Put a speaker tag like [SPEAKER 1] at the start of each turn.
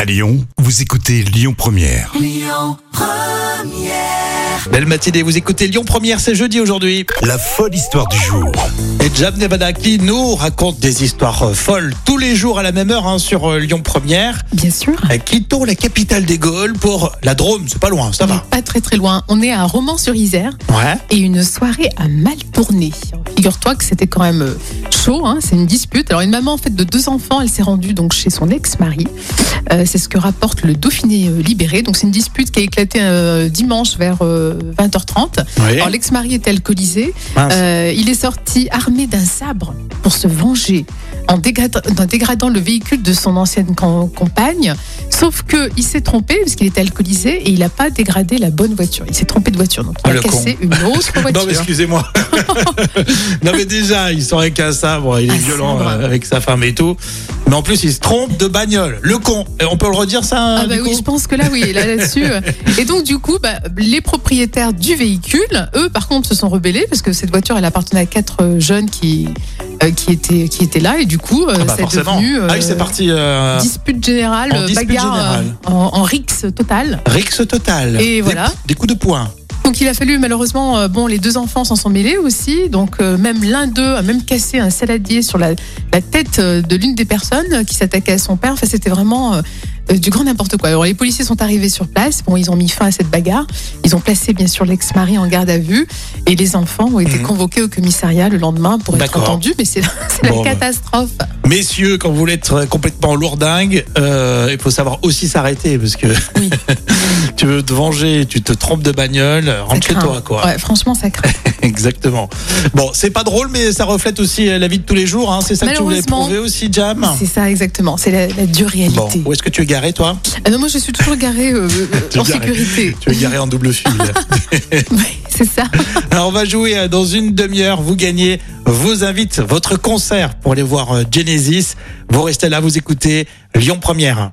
[SPEAKER 1] À Lyon, vous écoutez Lyon Première.
[SPEAKER 2] Belle matinée, vous écoutez Lyon Première, c'est jeudi aujourd'hui.
[SPEAKER 1] La folle histoire du jour.
[SPEAKER 2] Et Jam Nevadaki nous raconte des histoires euh, folles tous les jours à la même heure hein, sur euh, Lyon Première.
[SPEAKER 3] Bien sûr.
[SPEAKER 2] Euh, Quittons la capitale des Gaules pour la Drôme, c'est pas loin, ça
[SPEAKER 3] On
[SPEAKER 2] va.
[SPEAKER 3] n'est Pas très très loin. On est à Romans-sur-Isère
[SPEAKER 2] Ouais.
[SPEAKER 3] et une soirée a mal tourné. Figure-toi que c'était quand même euh, chaud, hein, c'est une dispute. Alors une maman en fait de deux enfants, elle s'est rendue donc chez son ex-mari. Euh, c'est ce que rapporte le Dauphiné euh, libéré. Donc c'est une dispute qui a éclaté euh, dimanche vers euh, 20h30.
[SPEAKER 2] Oui.
[SPEAKER 3] Alors l'ex-mari est alcoolisé.
[SPEAKER 2] Eh? Mince.
[SPEAKER 3] Euh, il est sorti armé d'un sabre pour se venger en dégradant, en dégradant le véhicule de son ancienne com- compagne. Sauf que il s'est trompé parce qu'il était alcoolisé et il n'a pas dégradé la bonne voiture. Il s'est trompé de voiture, donc il
[SPEAKER 2] Ah,
[SPEAKER 3] a
[SPEAKER 2] le
[SPEAKER 3] cassé une autre
[SPEAKER 2] Non,
[SPEAKER 3] voiture.
[SPEAKER 2] mais excusez-moi. non, mais déjà, il sort avec un sabre, il est
[SPEAKER 3] Un
[SPEAKER 2] violent
[SPEAKER 3] sabre.
[SPEAKER 2] euh, avec sa femme et tout. Mais en plus, il se trompe de bagnole. Le con. Et on peut le redire, ça
[SPEAKER 3] Ah
[SPEAKER 2] du
[SPEAKER 3] bah
[SPEAKER 2] coup
[SPEAKER 3] oui, je pense que là oui, là là-dessus. euh. Et donc du coup, bah, les propriétaires du véhicule, eux par contre, se sont rebellés parce que cette voiture, elle appartenait à quatre euh, jeunes qui euh, qui étaient qui étaient là et du coup, euh,
[SPEAKER 2] Ah bah,
[SPEAKER 3] c'est
[SPEAKER 2] forcément.
[SPEAKER 3] devenu euh,
[SPEAKER 2] Ah oui, c'est parti. euh,
[SPEAKER 3] dispute générale,
[SPEAKER 2] En
[SPEAKER 3] euh,
[SPEAKER 2] dispute
[SPEAKER 3] bagarre
[SPEAKER 2] générale.
[SPEAKER 3] euh, en, en rixe totale.
[SPEAKER 2] Rix total.
[SPEAKER 3] Et
[SPEAKER 2] Des-
[SPEAKER 3] voilà.
[SPEAKER 2] Des coups de poing.
[SPEAKER 3] Donc il a fallu malheureusement, euh, bon, les deux enfants s'en sont mêlés aussi. Donc euh, même l'un d'eux a même cassé un saladier sur la, la tête euh, de l'une des personnes euh, qui s'attaquait à son père. Enfin, c'était vraiment euh, euh, du grand n'importe quoi. Alors les policiers sont arrivés sur place. Bon, ils ont mis fin à cette bagarre. Ils ont placé bien sûr l'ex-mari en garde à vue et les enfants ont été
[SPEAKER 2] Mhm.
[SPEAKER 3] convoqués au commissariat le lendemain pour être
[SPEAKER 2] D'accord.
[SPEAKER 3] entendus. Mais c'est c'est la
[SPEAKER 2] Bon, bah.
[SPEAKER 3] catastrophe.
[SPEAKER 2] Messieurs, quand vous voulez être complètement lourdingue, euh, il faut savoir aussi s'arrêter parce que
[SPEAKER 3] Oui.
[SPEAKER 2] tu veux te venger, tu te trompes de bagnole, rentre chez
[SPEAKER 3] craint.
[SPEAKER 2] toi, quoi.
[SPEAKER 3] Ouais, franchement, ça craint.
[SPEAKER 2] Exactement. Bon, c'est pas drôle, mais ça reflète aussi euh, la vie de tous les jours. hein. C'est ça que tu voulais
[SPEAKER 3] Malheureusement.
[SPEAKER 2] prouver aussi, Jam.
[SPEAKER 3] c'est ça exactement. C'est la, la dure réalité.
[SPEAKER 2] Bon, où est-ce que tu es garé, toi
[SPEAKER 3] Ah non, moi je suis toujours garée euh,
[SPEAKER 2] Tu es
[SPEAKER 3] en
[SPEAKER 2] garé.
[SPEAKER 3] sécurité.
[SPEAKER 2] Tu es garé en double fil.
[SPEAKER 3] Oui, c'est ça.
[SPEAKER 2] Alors, on va jouer euh, dans une demi-heure. Vous gagnez vos invites, votre concert pour aller voir euh, Genesis. Vous restez là, vous écoutez Lyon Première.